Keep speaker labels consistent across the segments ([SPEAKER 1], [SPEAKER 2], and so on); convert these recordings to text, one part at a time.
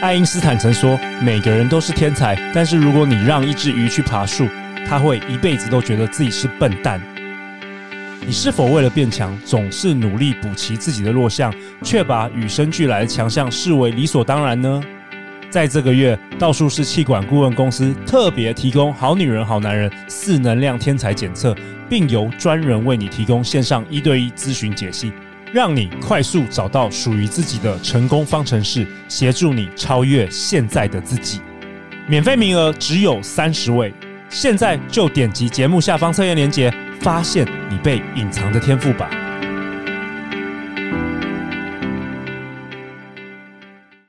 [SPEAKER 1] 爱因斯坦曾说：“每个人都是天才，但是如果你让一只鱼去爬树，它会一辈子都觉得自己是笨蛋。”你是否为了变强，总是努力补齐自己的弱项，却把与生俱来的强项视为理所当然呢？在这个月，道术士气管顾问公司特别提供“好女人、好男人”四能量天才检测，并由专人为你提供线上一对一咨询解析，让你快速找到属于自己的成功方程式，协助你超越现在的自己。免费名额只有三十位，现在就点击节目下方测验链接，发现你被隐藏的天赋吧！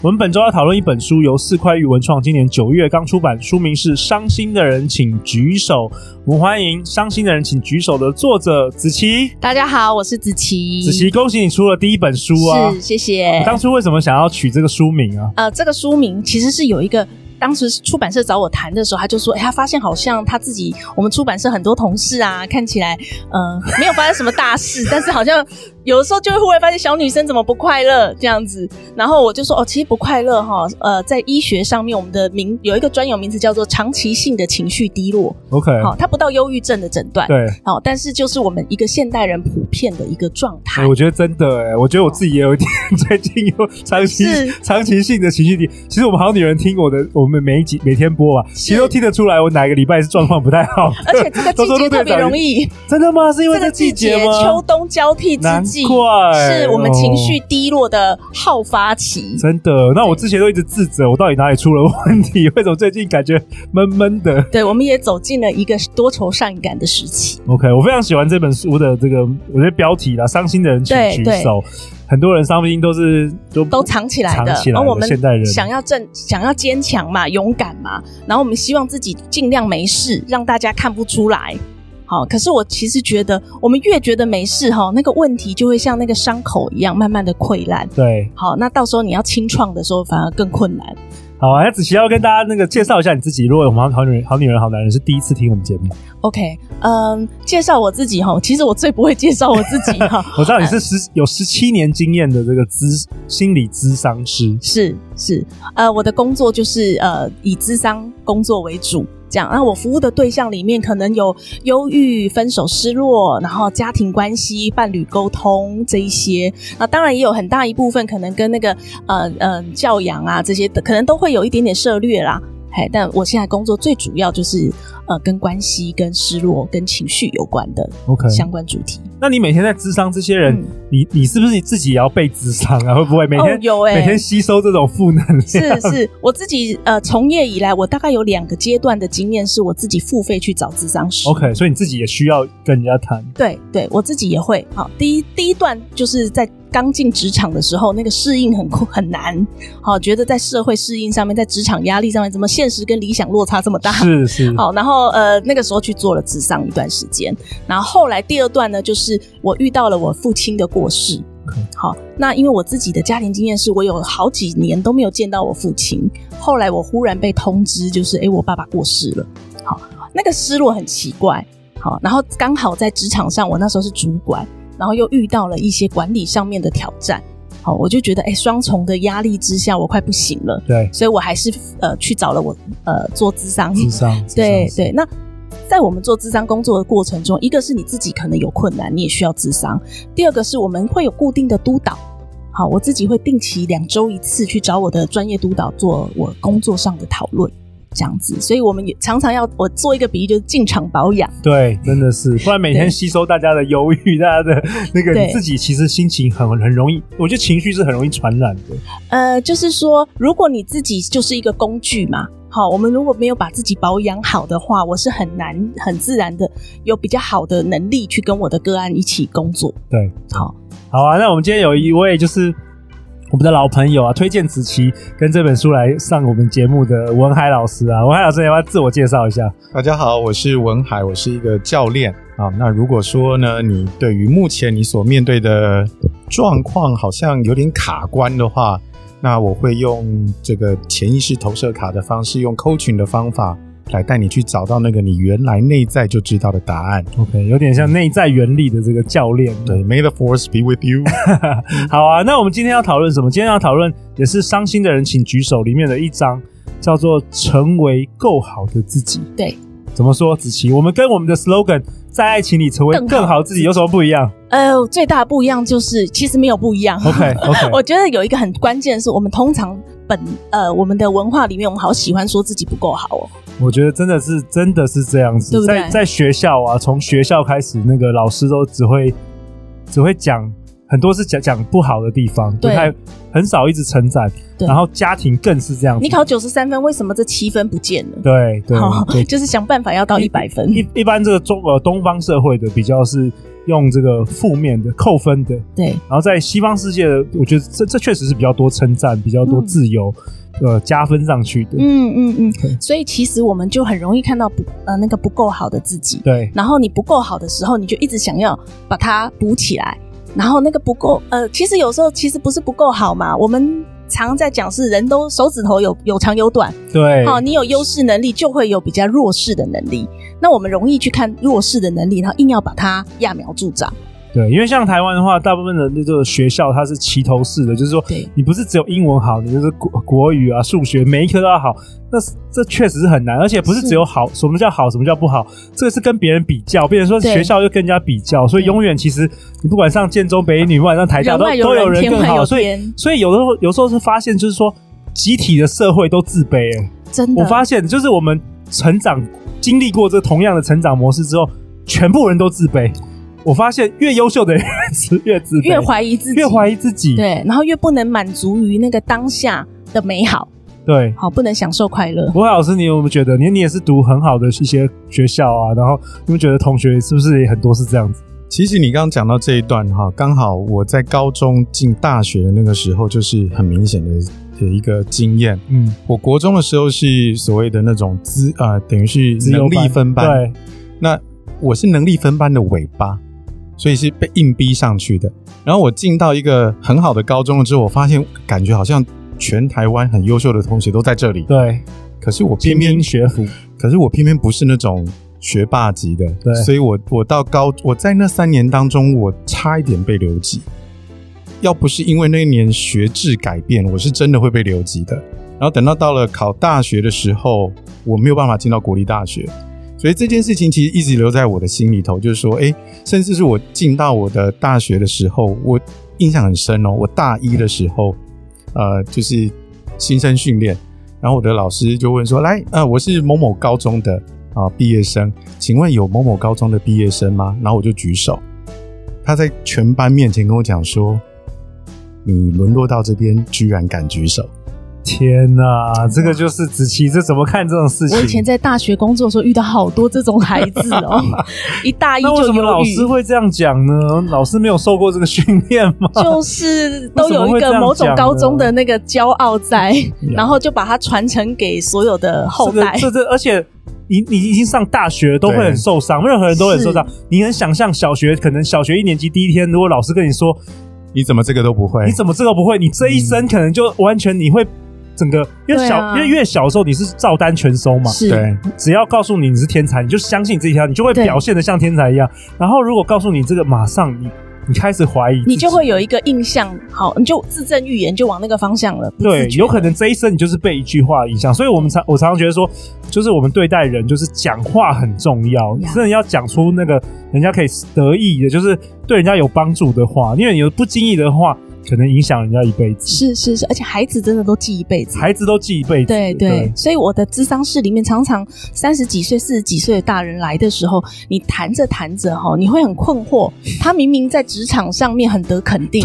[SPEAKER 1] 我们本周要讨论一本书，由四块玉文创今年九月刚出版，书名是《伤心的人请举手》。我们欢迎《伤心的人请举手》的作者子琪。
[SPEAKER 2] 大家好，我是子琪。
[SPEAKER 1] 子琪，恭喜你出了第一本书啊！
[SPEAKER 2] 是，谢谢。
[SPEAKER 1] 当初为什么想要取这个书名啊？
[SPEAKER 2] 呃，这个书名其实是有一个，当时出版社找我谈的时候，他就说，哎、他发现好像他自己，我们出版社很多同事啊，看起来，呃，没有发生什么大事，但是好像有的时候就会忽然发现小女生怎么不快乐这样子。然后我就说，哦，其实不快乐哈，呃，在医学上面，我们的名有一个专有名词叫做长期性的情绪低落，
[SPEAKER 1] OK，
[SPEAKER 2] 好、它不到忧郁症的诊断，
[SPEAKER 1] 对、
[SPEAKER 2] 好、但是就是我们一个现代人普遍的一个状态
[SPEAKER 1] 哎，。我觉得真的哎、我觉得我自己也有一点 最近有长期
[SPEAKER 2] 是
[SPEAKER 1] 长期性的情绪低。其实我们好女人听我的，我们每一集每天播吧，其实都听得出来我哪个礼拜是状况不太好的。
[SPEAKER 2] 而且这个
[SPEAKER 1] 都
[SPEAKER 2] 季
[SPEAKER 1] 说
[SPEAKER 2] 节
[SPEAKER 1] 陆队
[SPEAKER 2] 特别
[SPEAKER 1] 长
[SPEAKER 2] 容易，
[SPEAKER 1] 真的吗？是因为
[SPEAKER 2] 这个季
[SPEAKER 1] 季
[SPEAKER 2] 节
[SPEAKER 1] 吗？
[SPEAKER 2] 秋冬交替之
[SPEAKER 1] 难
[SPEAKER 2] 际，
[SPEAKER 1] 怪
[SPEAKER 2] 是我们情绪
[SPEAKER 1] 哦
[SPEAKER 2] 低落的好发期。
[SPEAKER 1] 真的，那我之前都一直自责，我到底哪里出了问题？ 为什么最近感觉闷闷的
[SPEAKER 2] 对，我们也走进了一个多愁善感的时期。
[SPEAKER 1] ？OK，我非常喜欢这本书的这个，我觉得标题啦，伤心的人请
[SPEAKER 2] 对
[SPEAKER 1] 举
[SPEAKER 2] 对
[SPEAKER 1] 手。很多人伤心都是都
[SPEAKER 2] 都藏起来的，
[SPEAKER 1] 藏起来
[SPEAKER 2] 而
[SPEAKER 1] 的
[SPEAKER 2] 我们
[SPEAKER 1] 现代人
[SPEAKER 2] 想要正想要坚强嘛，勇敢嘛，然后我们希望自己尽量没事，让大家看不出来。好，可是我其实觉得，我们越觉得没事哈，那个问题就会像那个伤口一样，慢慢的溃烂。
[SPEAKER 1] 对。
[SPEAKER 2] 好，那到时候你要清创的时候，反而更困难。
[SPEAKER 1] 好啊，那子琪要跟大家那个介绍一下你自己。如果我们好女人、好女人、好男人是第一次听我们节目，
[SPEAKER 2] OK，嗯，介绍我自己哈，其实我最不会介绍我自己哈，
[SPEAKER 1] 我知道你是十有十七年经验的这个咨心理咨商师。
[SPEAKER 2] 是是，呃，我的工作就是呃以咨商工作为主。这样，那我服务的对象里面可能有忧郁、分手、失落，然后家庭关系、伴侣沟通这一些。那当然也有很大一部分可能跟那个呃呃教养啊这些的，可能都会有一点点涉略啦。嘿，但我现在工作最主要就是呃跟关系、跟失落、跟情绪有关的
[SPEAKER 1] OK，
[SPEAKER 2] 相关主题。
[SPEAKER 1] 那你每天在咨商这些人，
[SPEAKER 2] 嗯
[SPEAKER 1] 你你是不是自己也要被咨商啊？会不会每天、
[SPEAKER 2] 哦有欸
[SPEAKER 1] 每天吸收这种负能量？
[SPEAKER 2] 是是， 我自己呃从业以来，我大概有两个阶段的经验，是我自己付费去找咨商师。
[SPEAKER 1] OK，所以你自己也需要跟人家谈。
[SPEAKER 2] 对对，我自己也会。好，第一第一段就是在刚进职场的时候，那个适应很困很难。好，觉得在社会适应上面，在职场压力上面，怎么现实跟理想落差这么大？
[SPEAKER 1] 是是，
[SPEAKER 2] 啊好，然后呃，那个时候去做了智商一段时间，然后后来第二段呢，就是我遇到了我父亲的过世
[SPEAKER 1] OK。
[SPEAKER 2] 好，那因为我自己的家庭经验是我有好几年都没有见到我父亲，后来我忽然被通知，就是诶，我爸爸过世了。好，那个失落很奇怪。好，然后刚好在职场上，我那时候是主管，然后又遇到了一些管理上面的挑战。好，我就觉得诶，哎双重的压力之下，我快不行了，
[SPEAKER 1] 对，
[SPEAKER 2] 所以我还是呃去找了我呃做智商
[SPEAKER 1] 智商。
[SPEAKER 2] 对
[SPEAKER 1] 咨商
[SPEAKER 2] 对，那在我们做智商工作的过程中，一个是你自己可能有困难，你也需要智商；第二个是我们会有固定的督导。好，我自己会定期两周一次去找我的专业督导做我工作上的讨论，这样子。所以我们也常常要我做一个比喻，就是进场保养。
[SPEAKER 1] 对，真的是，不然每天
[SPEAKER 2] 对
[SPEAKER 1] 吸收大家的忧郁，大家的那个
[SPEAKER 2] 对
[SPEAKER 1] 你自己其实心情很很容易，我觉得情绪是很容易传染的。
[SPEAKER 2] 呃，就是说，如果你自己就是一个工具嘛，好，我们如果没有把自己保养好的话，我是很难很自然的有比较好的能力去跟我的个案一起工作。
[SPEAKER 1] 对，
[SPEAKER 2] 好，
[SPEAKER 1] 好啊，那我们今天有一位就是我们的老朋友啊，推荐子琪跟这本书来上我们节目的文海老师啊，文海老师，你要不要自我介绍一下？
[SPEAKER 3] 大家好，我是文海，我是一个教练啊。那如果说呢，你对于目前你所面对的状况好像有点卡关的话，那我会用这个潜意识投射卡的方式，用 coaching 的方法来带你去找到那个你原来内在就知道的答案。
[SPEAKER 1] OK，有点像内在原理的这个教练。
[SPEAKER 3] 对，May the force be with you。
[SPEAKER 1] 好啊，那我们今天要讨论什么？今天要讨论也是《伤心的人请举手》里面的一章，叫做“成为够好的自己”。
[SPEAKER 2] 对，
[SPEAKER 1] 怎么说？子琪，我们跟我们的 slogan“ 在爱情里成为
[SPEAKER 2] 更好
[SPEAKER 1] 更好自己”有什么不一样
[SPEAKER 2] 呃，最大的不一样就是其实没有不一样。
[SPEAKER 1] ？OK OK，
[SPEAKER 2] 我觉得有一个很关键的是，我们通常本呃我们的文化里面，我们好喜欢说自己不够好哦。
[SPEAKER 1] 我觉得真的是真的是这样子，
[SPEAKER 2] 对不对
[SPEAKER 1] 在在学校啊，从学校开始，那个老师都只会只会讲很多是讲讲不好的地方，不
[SPEAKER 2] 对
[SPEAKER 1] 太很少一直称赞，
[SPEAKER 2] 对
[SPEAKER 1] 然后家庭更是这样子。
[SPEAKER 2] 你考哦九十三分，为什么这七分不见了？
[SPEAKER 1] 对对
[SPEAKER 2] 好
[SPEAKER 1] 对，，
[SPEAKER 2] 就是想办法要到一百分。
[SPEAKER 1] 一一般这个中呃东方社会的比较是用这个负面的扣分的，
[SPEAKER 2] 对，
[SPEAKER 1] 然后在西方世界的，我觉得这这确实是比较多称赞，比较多
[SPEAKER 2] 嗯
[SPEAKER 1] 自由，呃加分上去的。
[SPEAKER 2] 嗯嗯
[SPEAKER 1] 对
[SPEAKER 2] 嗯。所以其实我们就很容易看到不呃那个不够好的自己，
[SPEAKER 1] 对
[SPEAKER 2] 然后你不够好的时候，你就一直想要把它补起来，然后那个不够呃，其实有时候其实不是不够好嘛，我们。常在讲是人都手指头有有长有短，
[SPEAKER 1] 对，
[SPEAKER 2] 好、你有优势能力就会有比较弱势的能力。那我们容易去看弱势的能力，然后硬要把它揠苗助长。
[SPEAKER 1] 对，因为像台湾的话，大部分的那个学校它是齐头式的，就是说
[SPEAKER 2] 对
[SPEAKER 1] 你不是只有英文好，你就是国国语啊、数学每一科都要好。那是这确实是很难，而且不是
[SPEAKER 2] 是
[SPEAKER 1] 只有好，什么叫好，什么叫不好，这个是跟别人比较，别人说
[SPEAKER 2] 对
[SPEAKER 1] 学校就跟人家比较，所以
[SPEAKER 2] 对
[SPEAKER 1] 永远其实你不管上建中、北一女，不管上台大，
[SPEAKER 2] 人
[SPEAKER 1] 都
[SPEAKER 2] 外
[SPEAKER 1] 都
[SPEAKER 2] 有
[SPEAKER 1] 人
[SPEAKER 2] 人，天
[SPEAKER 1] 更
[SPEAKER 2] 外
[SPEAKER 1] 好。
[SPEAKER 2] 有
[SPEAKER 1] 所以
[SPEAKER 2] 天，
[SPEAKER 1] 所以有的时候有时候是发现，就是说集体的社会都自卑、欸。
[SPEAKER 2] 真的。
[SPEAKER 1] 我发现就是我们成长经历过这同样的成长模式之后，全部人都自卑。我发现越优秀的人是越自卑，
[SPEAKER 2] 越怀疑自己，
[SPEAKER 1] 越怀疑自己。
[SPEAKER 2] 对，然后越不能满足于那个当下的美好，
[SPEAKER 1] 对，
[SPEAKER 2] 好不能享受快乐。
[SPEAKER 1] 博海老师，你有没有觉得你你也是读很好的一些学校啊？然后你们觉得同学是不是也很多是这样子？
[SPEAKER 3] 其实你刚刚讲到这一段哈，刚好我在高中进大学的那个时候，就是很明显的的一个经验。
[SPEAKER 1] 嗯，
[SPEAKER 3] 我国中的时候是所谓的那种资呃，等于是
[SPEAKER 1] 自由
[SPEAKER 3] 能力分班。，
[SPEAKER 1] 对，
[SPEAKER 3] 那我是能力分班的尾巴，所以是被硬逼上去的。然后我进到一个很好的高中了之后，我发现感觉好像全台湾很优秀的同学都在这里，
[SPEAKER 1] 对，
[SPEAKER 3] 可是我偏
[SPEAKER 1] 精
[SPEAKER 3] 偏
[SPEAKER 1] 英学府，
[SPEAKER 3] 可是我偏偏不是那种学霸级的，
[SPEAKER 1] 对
[SPEAKER 3] 所以我我到高我在那三年当中，我差一点被留级。要不是因为那一年学制改变，我是真的会被留级的。然后等到到了考大学的时候，我没有办法进到国立大学，所以这件事情其实一直留在我的心里头，就是说，诶，甚至是我进到我的大学的时候，我印象很深哦。我大一的时候，呃，就是新生训练，然后我的老师就问说：“来，呃，我是某某高中的啊毕业生，请问有某某高中的毕业生吗？”然后我就举手，他在全班面前跟我讲说：“你沦落到这边，居然敢举手。”
[SPEAKER 1] 天哪，这个就是子琪，这怎么看这种事情？
[SPEAKER 2] 我以前在大学工作的时候遇到好多这种孩 子哦，一大一
[SPEAKER 1] 那
[SPEAKER 2] 就
[SPEAKER 1] 为什
[SPEAKER 2] 忧郁
[SPEAKER 1] 么老师会这样讲呢？老师没有受过这个训练吗？
[SPEAKER 2] 就是都 有一个某
[SPEAKER 1] 啊
[SPEAKER 2] 种高中的那个骄傲在，然后就把它传承给所有的后代。
[SPEAKER 1] 这个这这，而且你你已经上大学了都会
[SPEAKER 3] 对
[SPEAKER 1] 很受伤，任何人都很受伤。你能想象小学可能小学一年级第一天，如果老师跟你说
[SPEAKER 3] 你怎么这个都不会？
[SPEAKER 1] 你怎么这个不会，你这一生可能就完全你会整个，因为
[SPEAKER 2] 对
[SPEAKER 1] 小、
[SPEAKER 2] 啊
[SPEAKER 1] 因为越小的时候你是照单全收嘛。
[SPEAKER 2] 是
[SPEAKER 3] 对，
[SPEAKER 1] 只要告诉你你是天才，你就相信这一条，你就会
[SPEAKER 2] 对
[SPEAKER 1] 表现的像天才一样。然后如果告诉你这个，马上你你开始怀疑自己，
[SPEAKER 2] 你就会有一个印象，好，你就自证预言，就往那个方向了。不自
[SPEAKER 1] 对，
[SPEAKER 2] 觉
[SPEAKER 1] 有可能这一生你就是被一句话影响，所以我们常我常常觉得说，就是我们对待人就是讲话很重要，
[SPEAKER 2] 呀
[SPEAKER 1] 真的要讲出那个人家可以得意的，就是对人家有帮助的话，因为你有不经意的话，可能影响人家一辈子，
[SPEAKER 2] 是是是，而且孩子真的都记一辈子。
[SPEAKER 1] 孩子都记一辈子。
[SPEAKER 2] 对
[SPEAKER 1] 对
[SPEAKER 2] 对，所以我的智商室里面，常常三十几岁、四十几岁的大人来的时候，你谈着谈着哈，你会很困惑。他明明在职场上面很得肯定，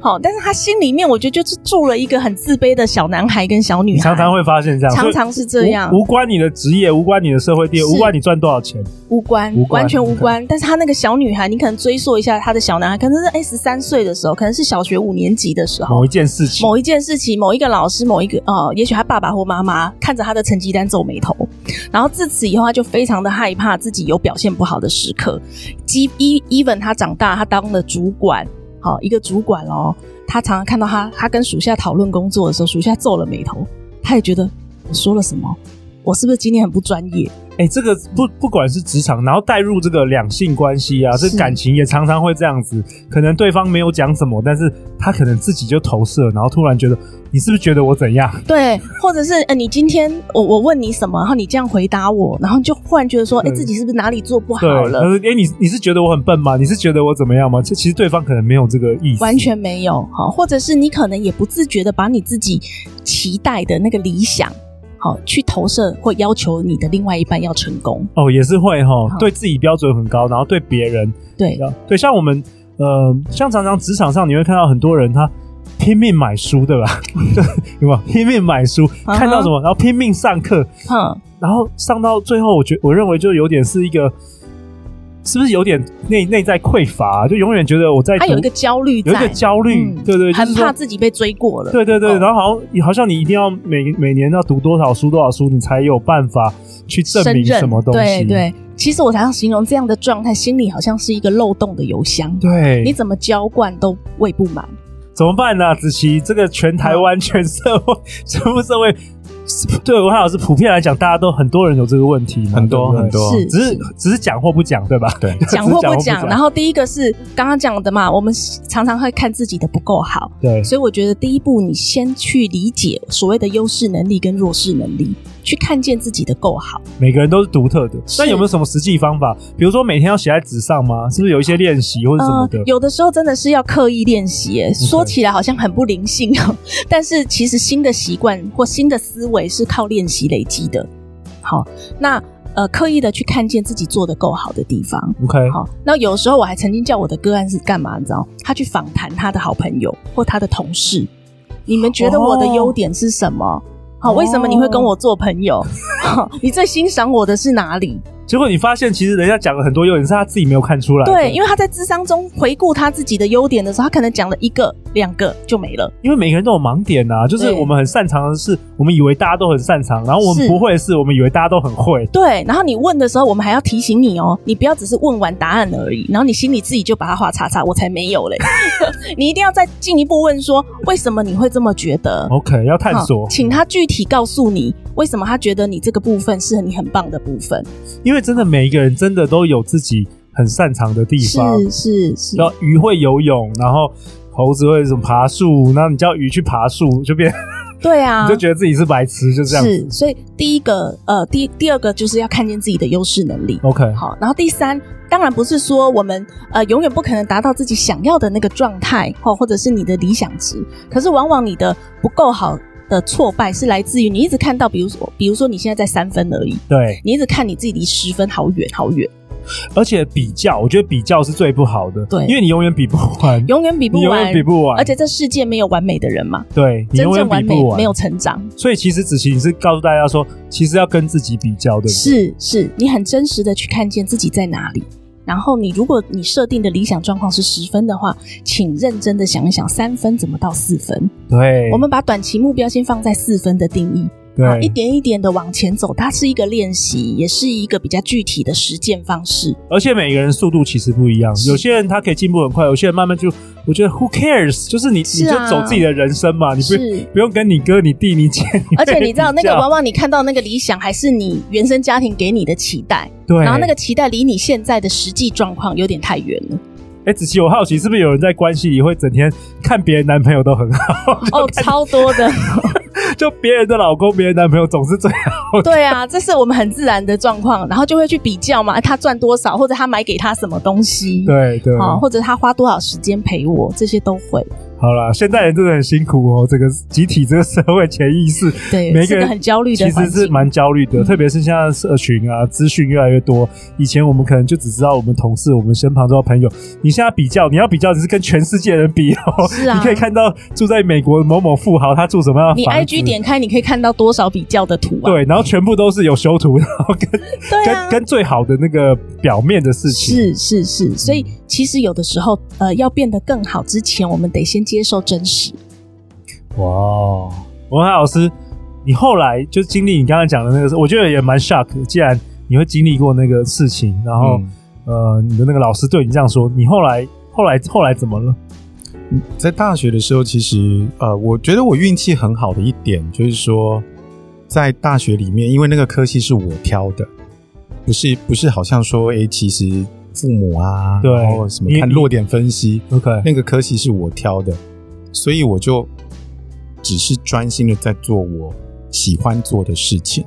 [SPEAKER 2] 好，但是他心里面，我觉得就是住了一个很自卑的小男孩跟小女
[SPEAKER 1] 你
[SPEAKER 2] 孩，
[SPEAKER 1] 常常会发现这样，
[SPEAKER 2] 常
[SPEAKER 1] 所以
[SPEAKER 2] 常是这样，
[SPEAKER 1] 无无关你的职业，无关你的社会地位，
[SPEAKER 2] 是
[SPEAKER 1] 无关你赚多少钱，
[SPEAKER 2] 无关，
[SPEAKER 1] 无关
[SPEAKER 2] 完全无
[SPEAKER 1] 对
[SPEAKER 2] 关。但是他那个小女孩，你可能追溯一下她的小男孩，可能是哎十三岁的时候，可能是小学五年级的时候
[SPEAKER 1] 某一，件事情，
[SPEAKER 2] 某一件事情，某一个老师，某一个呃，也许他爸爸或妈妈看着他的成绩单皱眉头，然后自此以后，他就非常的害怕自己有表现不好的时刻。即 e even 他长大，他当了主管，好、一个主管哦，他常常看到他，他跟属下讨论工作的时候，属下皱了眉头，他也觉得我说了什么，我是不是今天很不专业？
[SPEAKER 1] 哎、这个不不管是职场，然后带入这个两性关系啊，这
[SPEAKER 2] 是
[SPEAKER 1] 感情也常常会这样子。可能对方没有讲什么，但是他可能自己就投射，然后突然觉得你是不是觉得我怎样？
[SPEAKER 2] 对，或者是呃，你今天我我问你什么，然后你这样回答我，然后你就忽然觉得说，哎、
[SPEAKER 1] 对
[SPEAKER 2] 自己是不是哪里做不好
[SPEAKER 1] 对，
[SPEAKER 2] 了？
[SPEAKER 1] 但是哎、诶你你是觉得我很笨吗？你是觉得我怎么样吗？这其实对方可能没有这个意思，
[SPEAKER 2] 完全没有好，或者是你可能也不自觉的把你自己期待的那个理想，好去投射或要求你的另外一半要成功。
[SPEAKER 1] 哦，也是会哈
[SPEAKER 2] 好，
[SPEAKER 1] 对自己标准很高，然后对别人
[SPEAKER 2] 对
[SPEAKER 1] 对，像我们呃，像常常职场上你会看到很多人他。拼命买书，对吧？ 对，有没有拼命买书？
[SPEAKER 2] 嗯哼
[SPEAKER 1] 看到什么，然后拼命上课，
[SPEAKER 2] 哼，
[SPEAKER 1] 然后上到最后，我觉我认为就有点是一个，是不是有点内内在匮乏啊、就永远觉得我在
[SPEAKER 2] 他有
[SPEAKER 1] 读
[SPEAKER 2] 一个焦虑在，
[SPEAKER 1] 有一个焦虑，
[SPEAKER 2] 嗯
[SPEAKER 1] 对对，就
[SPEAKER 2] 很
[SPEAKER 1] 是
[SPEAKER 2] 怕
[SPEAKER 1] 说。
[SPEAKER 2] 自己被追过了。
[SPEAKER 1] 对对对，
[SPEAKER 2] 哦
[SPEAKER 1] 然后好像好像你一定要每每年要读多少书多少书，你才有办法去证
[SPEAKER 2] 胜
[SPEAKER 1] 明
[SPEAKER 2] 任
[SPEAKER 1] 什么东西。
[SPEAKER 2] 对对，其实我常常形容这样的状态，心里好像是一个漏洞的油箱，
[SPEAKER 1] 对
[SPEAKER 2] 你怎么浇灌都喂不满。
[SPEAKER 1] 怎么办呢、子琪，这个全台湾、全社会、 全部社会，对文海老师普遍来讲，大家都很多人有这个问题嘛，
[SPEAKER 3] 很多
[SPEAKER 1] 对不对
[SPEAKER 3] 很多，
[SPEAKER 2] 是
[SPEAKER 1] 只是只是讲或不讲，对吧？
[SPEAKER 3] 对
[SPEAKER 2] 讲或不
[SPEAKER 1] 只是
[SPEAKER 2] 讲，然后第一个是刚刚讲的嘛，我们常常会看自己的不够好，
[SPEAKER 1] 对
[SPEAKER 2] 所以我觉得第一步，你先去理解所谓的优势能力跟弱势能力，去看见自己的够好。
[SPEAKER 1] 每个人都是独特的。
[SPEAKER 2] 是
[SPEAKER 1] 那有没有什么实际方法？比如说每天要写在纸上吗？是不是有一些练习或者什么嗯的？
[SPEAKER 2] 呃有的时候真的是要刻意练习耶，说起来好像很不灵性哦，但是其实新的习惯或新的思维是靠练习累积的。好，那呃，刻意的去看见自己做的够好的地方。
[SPEAKER 1] OK，
[SPEAKER 2] 好，那有时候我还曾经叫我的个案是干嘛？你知道，他去访谈他的好朋友或他的同事，你们觉得我的优点是什么？好，为什么你会跟我做朋友？你最欣赏我的是哪里？
[SPEAKER 1] 结果你发现其实人家讲了很多优点，是他自己没有看出来的。
[SPEAKER 2] 对，因为他在智商中回顾他自己的优点的时候，他可能讲了一个、两个就没了。
[SPEAKER 1] 因为每个人都有盲点呐、就是
[SPEAKER 2] 对
[SPEAKER 1] 我们很擅长的事，我们以为大家都很擅长，然后我们
[SPEAKER 2] 是
[SPEAKER 1] 不会的事，我们以为大家都很会。
[SPEAKER 2] 对，然后你问的时候，我们还要提醒你哦，你不要只是问完答案而已，然后你心里自己就把它画叉叉，我才没有嘞。 你一定要再进一步问说，为什么你会这么觉得？
[SPEAKER 1] OK，要探
[SPEAKER 2] 好
[SPEAKER 1] 索，
[SPEAKER 2] 请他具体告诉你为什么他觉得你这个部分是你很棒的部分。
[SPEAKER 1] 因为真的每一个人真的都有自己很擅长的地方。
[SPEAKER 2] 是是是，
[SPEAKER 1] 然后鱼会游泳，然后猴子会什么爬树，那你叫鱼去爬树，就变、
[SPEAKER 2] 对啊
[SPEAKER 1] 你 就，觉得自己是白痴，就这样。
[SPEAKER 2] 是。所以第一个呃，第第二个就是要看见自己的优势能力。
[SPEAKER 1] OK，
[SPEAKER 2] 好，然后第三，当然不是说我们呃永远不可能达到自己想要的那个状态，哦或或者是你的理想值，可是往往你的不够好的挫败是来自于你一直看到，比如说，比如说你现在在三分而已，
[SPEAKER 1] 对。
[SPEAKER 2] 你一直看你自己离十分好远好远，
[SPEAKER 1] 而且比较，我觉得比较是最不好的，
[SPEAKER 2] 对
[SPEAKER 1] 因为你永远比不完，
[SPEAKER 2] 永远比不
[SPEAKER 1] 你永
[SPEAKER 2] 完
[SPEAKER 1] 远比，不完，
[SPEAKER 2] 而且这世界没有完美的人嘛，
[SPEAKER 1] 对你
[SPEAKER 2] 真
[SPEAKER 1] 永远
[SPEAKER 2] 正完
[SPEAKER 1] 比
[SPEAKER 2] 美
[SPEAKER 1] 不完，
[SPEAKER 2] 没有。成长，
[SPEAKER 1] 所以其实子琪，你是告诉大家说，其实要跟自己比较，对不对？
[SPEAKER 2] 是是，你很真实的去看见自己在哪里。然后你如果你设定的理想状况是十分的话，请认真的想一想，三分怎么到四分？
[SPEAKER 1] 对，
[SPEAKER 2] 我们把短期目标先放在四分的定义，啊，一
[SPEAKER 1] 对，
[SPEAKER 2] 点一点的往前走，它是一个练习，也是一个比较具体的实践方式。
[SPEAKER 1] 而且每个人速度其实不一样，
[SPEAKER 2] 是
[SPEAKER 1] 有些人他可以进步很快，有些人慢慢就，我觉得 who cares，就是你、
[SPEAKER 2] 是啊
[SPEAKER 1] 你就走自己的人生嘛，你不
[SPEAKER 2] 是，
[SPEAKER 1] 不用跟你哥、你弟、你姐， 你
[SPEAKER 2] 而且
[SPEAKER 1] 妹
[SPEAKER 2] 你知道，
[SPEAKER 1] 比
[SPEAKER 2] 那个
[SPEAKER 1] 较
[SPEAKER 2] 往往你看到那个理想，还是你原生家庭给你的期待，
[SPEAKER 1] 对，
[SPEAKER 2] 然后那个期待离你现在的实际状况有点太远 了。
[SPEAKER 1] 哎，子琪，我好奇是不是有人在关系里会整天看别人男朋友都很好，
[SPEAKER 2] 哦，超多的，
[SPEAKER 1] 就别人的老公、别人男朋友总是最好，
[SPEAKER 2] 对啊，这是我们很自然的状况，然后就会去比较嘛，哎他赚多少，或者他买给他什么东西，
[SPEAKER 1] 对对，
[SPEAKER 2] 啊，或者他花多少时间陪我，这些都会，
[SPEAKER 1] 好啦，现代人真的很辛苦哦，这个集体这个社会潜意识
[SPEAKER 2] 对，
[SPEAKER 1] 每个
[SPEAKER 2] 是个
[SPEAKER 1] 人
[SPEAKER 2] 很焦虑的
[SPEAKER 1] 其
[SPEAKER 2] 环
[SPEAKER 1] 实
[SPEAKER 2] 境，嗯
[SPEAKER 1] 是蛮焦虑的，特别是现在社群啊，资讯越来越多。以前我们可能就只知道我们同事、我们身旁周遭朋友，你现在比较，你要比较，你是跟全世界人比哦。
[SPEAKER 2] 是啊
[SPEAKER 1] 你可以看到住在美国的某某富豪，他住什么样的
[SPEAKER 2] 你
[SPEAKER 1] 房子
[SPEAKER 2] IG 点开，你可以看到多少比较的图啊？
[SPEAKER 1] 对， 然后全部都是有修图，然后跟、
[SPEAKER 2] 对
[SPEAKER 1] 跟
[SPEAKER 2] 啊，
[SPEAKER 1] 跟最好的那个表面的事情。嗯
[SPEAKER 2] 是是是，所以其实有的时候，呃，要变得更好之前，我们得先接受真实。
[SPEAKER 1] 哇哦，文海老师，你后来就经历你刚刚讲的那个事，我觉得也蛮 shock 的。既然你会经历过那个事情，然后、
[SPEAKER 3] 嗯
[SPEAKER 1] 呃，你的那个老师对你这样说，你后来后来后来怎么了？
[SPEAKER 3] 在大学的时候，其实呃，我觉得我运气很好的一点就是说，在大学里面，因为那个科系是我挑的，不是不是好像说，诶，其实父母啊，
[SPEAKER 1] 对
[SPEAKER 3] 然后什么
[SPEAKER 1] 你
[SPEAKER 3] 看
[SPEAKER 1] 你
[SPEAKER 3] 落点分析，
[SPEAKER 1] OK，
[SPEAKER 3] 那个科系是我挑的，所以我就只是专心的在做我喜欢做的事情。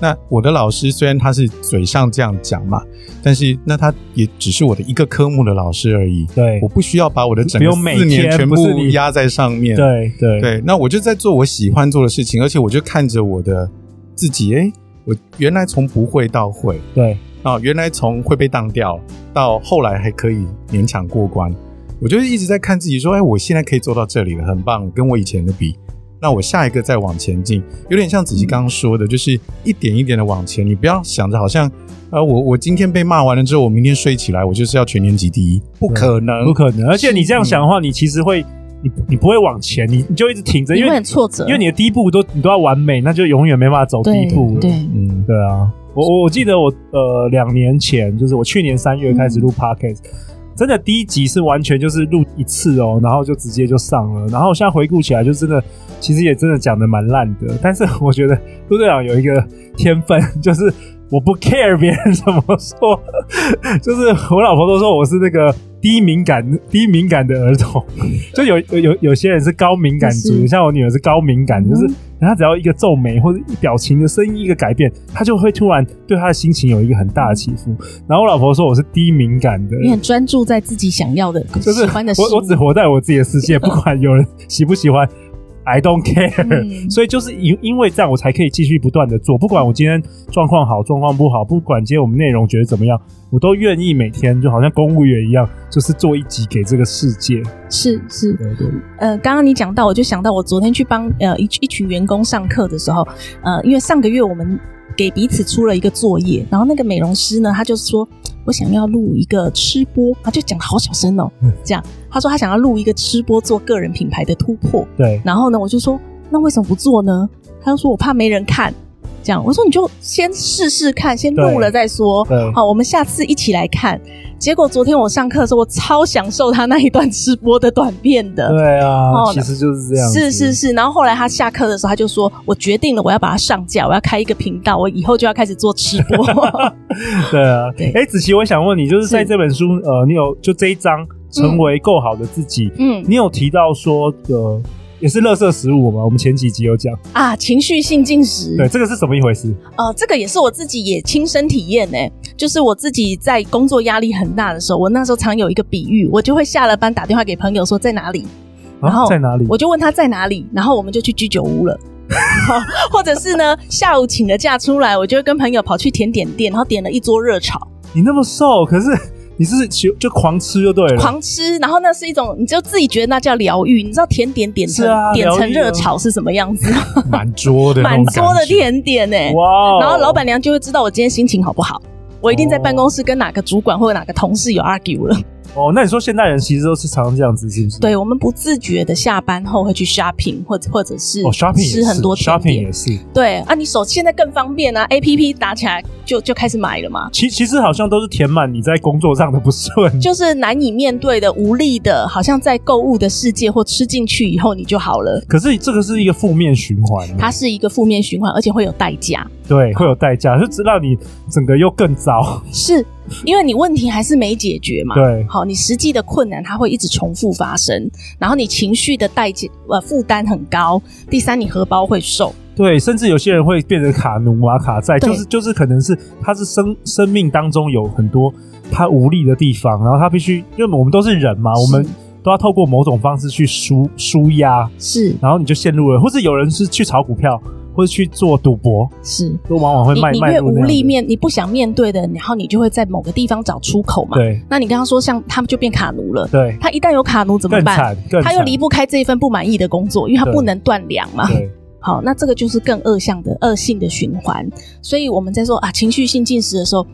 [SPEAKER 3] 那我的老师虽然他是嘴上这样讲嘛，但是那他也只是我的一个科目的老师而已。
[SPEAKER 1] 对
[SPEAKER 3] 我不需要把我的整
[SPEAKER 1] 不
[SPEAKER 3] 个
[SPEAKER 1] 用每
[SPEAKER 3] 四年
[SPEAKER 1] 天
[SPEAKER 3] 全
[SPEAKER 1] 不是
[SPEAKER 3] 部
[SPEAKER 1] 你
[SPEAKER 3] 压在上面。
[SPEAKER 1] 对对
[SPEAKER 3] 对，那我就在做我喜欢做的事情，而且我就看着我的自己，诶，我原来从不会到会，
[SPEAKER 1] 对
[SPEAKER 3] 啊，原来从会被当掉到后来还可以勉强过关，我就是一直在看自己说，哎，我现在可以做到这里了，很棒，跟我以前的比，那我下一个再往前进，有点像子琪刚刚说的，就是一点一点的往前，你不要想着好像，呃，我我今天被骂完了之后，我明天睡起来我就是要全年级第一，不可能，
[SPEAKER 1] 不可能。而且你这样想的话，你其实会，你你不会往前，你你就一直停着，
[SPEAKER 2] 你
[SPEAKER 1] 因
[SPEAKER 2] 会
[SPEAKER 1] 为
[SPEAKER 2] 很挫折，
[SPEAKER 1] 因为你的第一步都你都要完美，那就永远没办法走第一步
[SPEAKER 2] 对
[SPEAKER 1] 了。
[SPEAKER 2] 对，
[SPEAKER 3] 嗯，
[SPEAKER 1] 对啊，我我我记得我呃两年前，就是我去年三月开始录 podcast，、真的第一集是完全就是录一次哦，然后就直接就上了。然后现在回顾起来，就真的其实也真的讲的蛮烂的，但是我觉得陆队长有一个天分，就是。我不 care 别人怎么说，就是我老婆都说我是那个低敏感、低敏感的儿童，就有有有有些人是高敏感族，
[SPEAKER 2] 是
[SPEAKER 1] 像我女儿是高敏感，就是
[SPEAKER 2] 嗯
[SPEAKER 1] 她只要一个皱眉或者一表情的声音一个改变，她就会突然对她的心情有一个很大的起伏。然后我老婆说我是低敏感的，
[SPEAKER 2] 你很专注在自己想要的、
[SPEAKER 1] 就是
[SPEAKER 2] 喜欢的事
[SPEAKER 1] 我我只活在我自己的世界，不管有人喜不喜欢，I don't care、
[SPEAKER 2] 嗯
[SPEAKER 1] 所以就是因因为这样，我才可以继续不断的做，不管我今天状况好，状况不好，不管今天我们内容觉得怎么样，我都愿意每天就好像公务员一样，就是做一集给这个世界。
[SPEAKER 2] 是是，
[SPEAKER 1] 对对，
[SPEAKER 2] 呃，刚刚你讲到，我就想到我昨天去帮呃一一群员工上课的时候，呃，因为上个月我们给彼此出了一个作业，然后那个美容师呢，他就说我想要录一个吃播，他就讲的好小声哦，
[SPEAKER 1] 嗯
[SPEAKER 2] 这样，他说他想要录一个吃播做个人品牌的突破，
[SPEAKER 1] 对
[SPEAKER 2] 然后呢，我就说那为什么不做呢？他就说我怕没人看，这样，我说你就先试试看，先录
[SPEAKER 1] 对
[SPEAKER 2] 了再说，
[SPEAKER 1] 对
[SPEAKER 2] 好，我们下次一起来看。结果昨天我上课的时候，我超享受他那一段吃播的短片的，
[SPEAKER 1] 对啊，
[SPEAKER 2] 哦
[SPEAKER 1] 其实就是这样子。
[SPEAKER 2] 是是是，然后后来他下课的时候，他就说：“我决定了，我要把它上架，我要开一个频道，我以后就要开始做吃 播。
[SPEAKER 1] 对啊
[SPEAKER 2] 对，
[SPEAKER 1] 哎，子琪，我想问你，就是在
[SPEAKER 2] 是
[SPEAKER 1] 这本书，呃，你有就这一章成为够好的自己，”
[SPEAKER 2] 嗯
[SPEAKER 1] 你有提到说，呃，也是垃圾食物嘛？我们前几集有讲，
[SPEAKER 2] 啊，情绪性进食，
[SPEAKER 1] 对，这个是怎么一回事？
[SPEAKER 2] 呃，这个也是我自己也亲身体验呢、就是我自己在工作压力很大的时候，我那时候常有一个比喻，我就会下了班打电话给朋友说在哪里，然
[SPEAKER 1] 啊，
[SPEAKER 2] 后
[SPEAKER 1] 在哪里？
[SPEAKER 2] 我就问他在哪里，然后我们就去居酒屋了。 或者是呢，下午请了假出来，我就会跟朋友跑去甜点店，然后点了一桌热炒，
[SPEAKER 1] 你那么瘦，可是你是就就狂吃就对了，
[SPEAKER 2] 狂吃，然后那是一种，你就自己觉得那叫疗愈。你知道甜点点成、
[SPEAKER 1] 是啊
[SPEAKER 2] 点成
[SPEAKER 1] 疗愈啊
[SPEAKER 2] 热炒是什么样子？
[SPEAKER 3] 满桌的那
[SPEAKER 2] 满
[SPEAKER 3] 种
[SPEAKER 2] 桌的
[SPEAKER 3] 感觉
[SPEAKER 2] 甜点呢、欸
[SPEAKER 1] 哇哦！
[SPEAKER 2] 然后老板娘就会知道我今天心情好不好。我一定在办公室跟哪个主管或者哪个同事有 argue 了。
[SPEAKER 1] 哦，那你说现代人其实都是常常这样子，是不是？
[SPEAKER 2] 对我们不自觉的下班后会去 shopping，或者或者是
[SPEAKER 1] 哦，shopping 也
[SPEAKER 2] 吃
[SPEAKER 1] 是
[SPEAKER 2] 很多甜
[SPEAKER 1] ，shopping
[SPEAKER 2] 点
[SPEAKER 1] 也。是。
[SPEAKER 2] 对啊，你手现在更方便啊，A P P 打起来就就开始买了嘛。
[SPEAKER 1] 其其实好像都是填满你在工作上的不顺，
[SPEAKER 2] 就是难以面对的、无力的，好像在购物的世界或吃进去以后你就好了。
[SPEAKER 1] 可是这个是一个负面循环，
[SPEAKER 2] 它是一个负面循环，而且会有代价。
[SPEAKER 1] 对，会有代价，就只让你整个又更糟。
[SPEAKER 2] 是因为你问题还是没解决嘛？
[SPEAKER 1] 对
[SPEAKER 2] 好，你实际的困难它会一直重复发生，然后你情绪的代价呃负担很高。第三，你荷包会瘦，
[SPEAKER 1] 对，甚至有些人会变成卡奴啊、卡债，
[SPEAKER 2] 对
[SPEAKER 1] 就是就是可能是他是生生命当中有很多他无力的地方，然后他必须，因为我们都是人啊嘛，我们
[SPEAKER 2] 是
[SPEAKER 1] 都要透过某种方式去舒舒压，
[SPEAKER 2] 是
[SPEAKER 1] 然后你就陷入了，或是有人是去炒股票，或者去做赌博，
[SPEAKER 2] 是。
[SPEAKER 1] 都往往会
[SPEAKER 2] 你
[SPEAKER 1] 卖
[SPEAKER 2] 你
[SPEAKER 1] 卖
[SPEAKER 2] 越
[SPEAKER 1] 入
[SPEAKER 2] 无
[SPEAKER 1] 那样
[SPEAKER 2] 力
[SPEAKER 1] 的
[SPEAKER 2] 面，你不想面对的，然后你就会在某个地方找出口嘛。
[SPEAKER 1] 对
[SPEAKER 2] 那你刚刚说像他们就变卡奴了，
[SPEAKER 1] 对，
[SPEAKER 2] 他一旦有卡奴怎么
[SPEAKER 1] 更
[SPEAKER 2] 办？
[SPEAKER 1] 惨更惨，
[SPEAKER 2] 他又离不开这一份不满意的工作，因为他
[SPEAKER 1] 对
[SPEAKER 2] 不能断粮嘛。
[SPEAKER 1] 对
[SPEAKER 2] 好，那这个就是更恶向的恶性的循环。所以我们在说啊，情绪性进食的时候，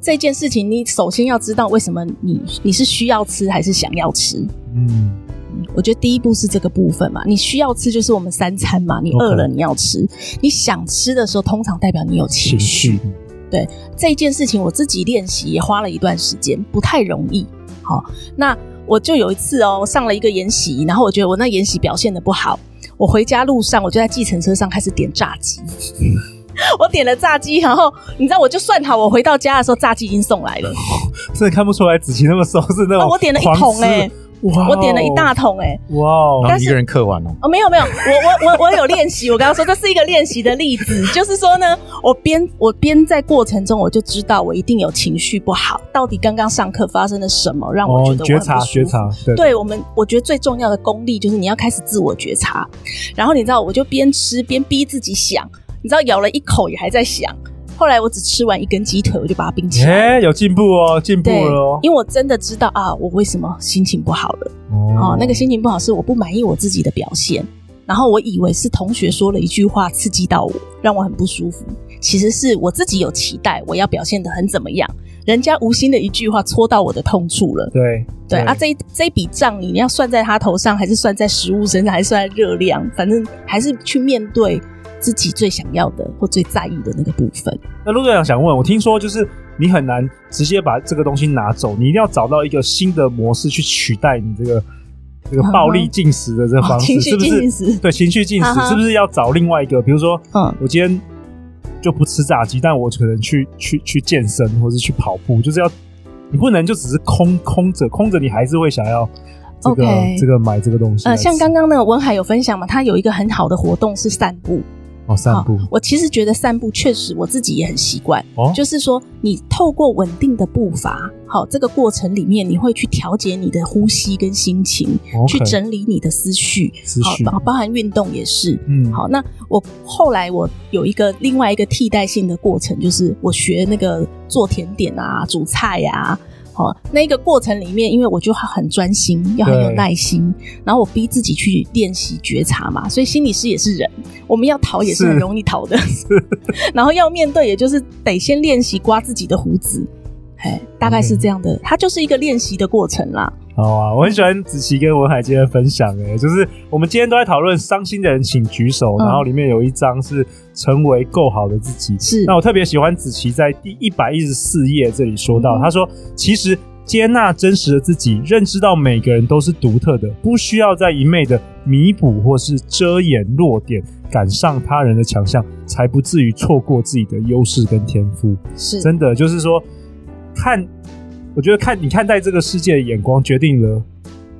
[SPEAKER 2] 这件事情你首先要知道为什么你你是需要吃还是想要吃。
[SPEAKER 1] 嗯。
[SPEAKER 2] 我觉得第一步是这个部分嘛，你需要吃就是我们三餐嘛，你
[SPEAKER 1] OK
[SPEAKER 2] 饿了你要吃，你想吃的时候，通常代表你有情
[SPEAKER 1] 情
[SPEAKER 2] 绪。
[SPEAKER 1] 绪，
[SPEAKER 2] 这件事情我自己练习也花了一段时间，不太容易。好，那我就有一次哦，我上了一个研习，然后我觉得我那研习表现的不好，我回家路上我就在计程车上开始点炸鸡。 我点了炸鸡，然后你知道，我就算好，我回到家的时候炸鸡已经送来了。
[SPEAKER 1] 真的看不出来子琪那么熟是哦那种狂吃的、
[SPEAKER 2] 啊我点
[SPEAKER 1] 哇哦
[SPEAKER 2] 了一桶欸我点了一大桶、欸，哎，
[SPEAKER 1] 哇哦，
[SPEAKER 3] 然
[SPEAKER 2] 但
[SPEAKER 3] 后
[SPEAKER 2] 是
[SPEAKER 3] 一个人刻完哦，
[SPEAKER 2] 哦，没有没有，我我我我有练习。我刚刚说这是一个练习的 例子，就是说呢，我边我边在过程中我就知道我一定有情绪不好，到底刚刚上课发生了什么让
[SPEAKER 1] 哦，
[SPEAKER 2] 我觉得我很
[SPEAKER 1] 觉
[SPEAKER 2] 不
[SPEAKER 1] 察
[SPEAKER 2] 舒服
[SPEAKER 1] 觉。察，对
[SPEAKER 2] 对我们，我觉得最重要的功力就是你要开始自我觉察。然后你知道，我就边吃边逼自己想，你知道咬了一口也还在想。后来我只吃完一根鸡腿，我就把它冰起来。
[SPEAKER 1] 哎、有进步哦，进步
[SPEAKER 2] 对
[SPEAKER 1] 了哦，。
[SPEAKER 2] 因为我真的知道啊，我为什么心情不好了。
[SPEAKER 1] 哦
[SPEAKER 2] 哦，那个心情不好是我不满意我自己的表现，然后我以为是同学说了一句话刺激到我，让我很不舒服。其实是我自己有期待，我要表现得很怎么样，人家无心的一句话戳到我的痛处了。
[SPEAKER 1] 对
[SPEAKER 2] 对啊，这一这一笔账你你要算在他头上，还是算在食物身上，还是算在热量？反正还是去面对自己最想要的或最在意的那个部分。
[SPEAKER 1] 那陆队长想问，我听说就是你很难直接把这个东西拿走，你一定要找到一个新的模式去取代你这个这个暴力进食的这个方式，
[SPEAKER 2] 嗯哦情
[SPEAKER 1] 是
[SPEAKER 2] 绪
[SPEAKER 1] 不
[SPEAKER 2] 进
[SPEAKER 1] 是？
[SPEAKER 2] 食，
[SPEAKER 1] 对情绪进食
[SPEAKER 2] 嗯哼
[SPEAKER 1] 是不是要找另外一个？比如说，
[SPEAKER 2] 嗯
[SPEAKER 1] 我今天就不吃炸鸡，但我可能去去去健身，或是去跑步，就是要你不能就只是空空着，空着你还是会想要这个
[SPEAKER 2] OK
[SPEAKER 1] 这个买这个东西来
[SPEAKER 2] 呃，
[SPEAKER 1] 吃。
[SPEAKER 2] 像刚刚那个文海有分享嘛，他有一个很好的活动是散步。
[SPEAKER 1] 哦散步
[SPEAKER 2] 我其实觉得散步确实我自己也很习惯，
[SPEAKER 1] 哦，
[SPEAKER 2] 就是说你透过稳定的步伐，好这个过程里面，你会去调节你的呼吸跟心情，去
[SPEAKER 1] 哦 OK，
[SPEAKER 2] 整理你的思绪，
[SPEAKER 1] 思
[SPEAKER 2] 好
[SPEAKER 1] 绪
[SPEAKER 2] 包包含运动也是。
[SPEAKER 1] 嗯
[SPEAKER 2] 好，那我后来我有一个另外一个替代性的过程，就是我学那个做甜点啊、煮菜呀、好，那个过程里面，因为我就很专心，要很有
[SPEAKER 1] 对
[SPEAKER 2] 耐心，然后我逼自己去练习觉察嘛，所以心理师也是人，我们要逃也是很
[SPEAKER 1] 是
[SPEAKER 2] 容易 逃的， 然后要面对，也就是得先练习刮自己的胡子，哎，大概
[SPEAKER 1] 嗯
[SPEAKER 2] 是这样的，它就是一个练习的过程啦。
[SPEAKER 1] 好啊，我很喜欢子琪跟文海今天的分享、欸，就是我们今天都在讨论伤心的人请举手，
[SPEAKER 2] 嗯
[SPEAKER 1] 然后里面有一张是成为够好的自己。
[SPEAKER 2] 是
[SPEAKER 1] 那我特别喜欢子琪在第一百一十四页这里说到，
[SPEAKER 2] 嗯
[SPEAKER 1] 他说其实。接纳真实的自己，认知到每个人都是独特的，不需要再一昧的弥补或是遮掩弱点，赶上他人的强项，才不至于错过自己的优势跟天赋。
[SPEAKER 2] 是
[SPEAKER 1] 真的就是说，看，我觉得看你看待这个世界的眼光，决定了，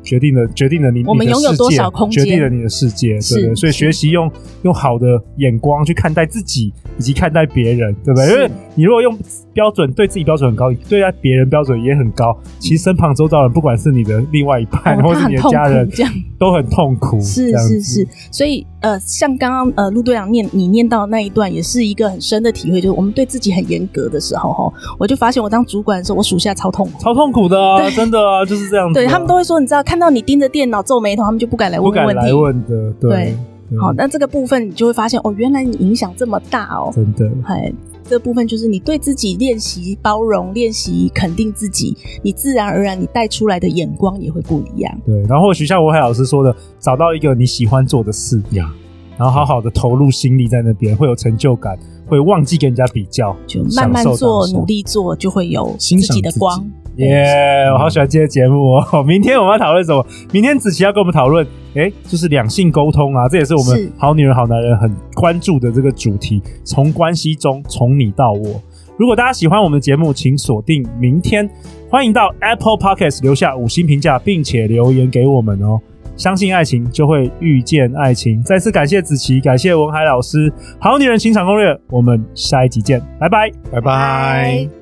[SPEAKER 1] 决定了，决定了你
[SPEAKER 2] 我们
[SPEAKER 1] 你的
[SPEAKER 2] 拥有
[SPEAKER 1] 世
[SPEAKER 2] 多
[SPEAKER 1] 界
[SPEAKER 2] 少空间
[SPEAKER 1] 决定了你的世界，
[SPEAKER 2] 是
[SPEAKER 1] 对不对？所以
[SPEAKER 2] 是
[SPEAKER 1] 学习用用好的眼光去看待自己，以及看待别人，对不对？
[SPEAKER 2] 是
[SPEAKER 1] 因为你如果用标准对自己标准很高，对待啊别人标准也很高，其实身旁周遭人，不管是你的另外一半，
[SPEAKER 2] 哦
[SPEAKER 1] 或
[SPEAKER 2] 他
[SPEAKER 1] 是
[SPEAKER 2] 嗯很
[SPEAKER 1] 你的
[SPEAKER 2] 痛
[SPEAKER 1] 家
[SPEAKER 2] 苦
[SPEAKER 1] 人，
[SPEAKER 2] 这样
[SPEAKER 1] 都很痛苦，
[SPEAKER 2] 是
[SPEAKER 1] 这样
[SPEAKER 2] 是
[SPEAKER 1] 子
[SPEAKER 2] 是，，所以呃，像刚刚呃陆队长念你念到的那一段，也是一个很深的体会，就是我们对自己很严格的时候，吼，我就发现我当主管的时候，我属下超痛苦。
[SPEAKER 1] 超痛苦的啊，真的啊，就是这样子啊、
[SPEAKER 2] 对他们都会说，你知道，看到你盯着电脑皱眉头，他们就不敢来
[SPEAKER 1] 不
[SPEAKER 2] 问
[SPEAKER 1] 敢
[SPEAKER 2] 问
[SPEAKER 1] 来
[SPEAKER 2] 题。
[SPEAKER 1] 问嗯的，对
[SPEAKER 2] 对，
[SPEAKER 1] 对
[SPEAKER 2] 好，那这个部分你就会发现，哦，原来你影响这么大哦。
[SPEAKER 1] 真的。
[SPEAKER 2] 哎，这部分就是你对自己练习包容，练习肯定自己，你自然而然你带出来的眼光也会不一样。
[SPEAKER 1] 对，然后或许像文海老师说的，找到一个你喜欢做的事
[SPEAKER 3] 呀，
[SPEAKER 1] 然后好好的投入心力在那边，会有成就感，会忘记跟人家比较，
[SPEAKER 2] 就慢慢
[SPEAKER 1] 享受
[SPEAKER 2] 做，
[SPEAKER 1] 当下
[SPEAKER 2] 努。力做，就会有自
[SPEAKER 3] 欣赏
[SPEAKER 2] 己的
[SPEAKER 3] 自己
[SPEAKER 2] 光。
[SPEAKER 1] 耶、我好喜欢今天的节目哦！明天我们要讨论什么？明天子琪要跟我们讨论，哎，就是两性沟通啊，这也是我
[SPEAKER 2] 是
[SPEAKER 1] 们好女人好男人很关注的这个主题，从关系中，从你到我。如果大家喜欢我们的节目，请锁定明天。欢迎到 Apple Podcast 留下五星评价，并且留言给我们哦。相信爱情，就会遇见爱情。再次感谢子琪，感 谢文海老师，《好女人情场攻略》，我们下一集见，拜拜。
[SPEAKER 3] 拜拜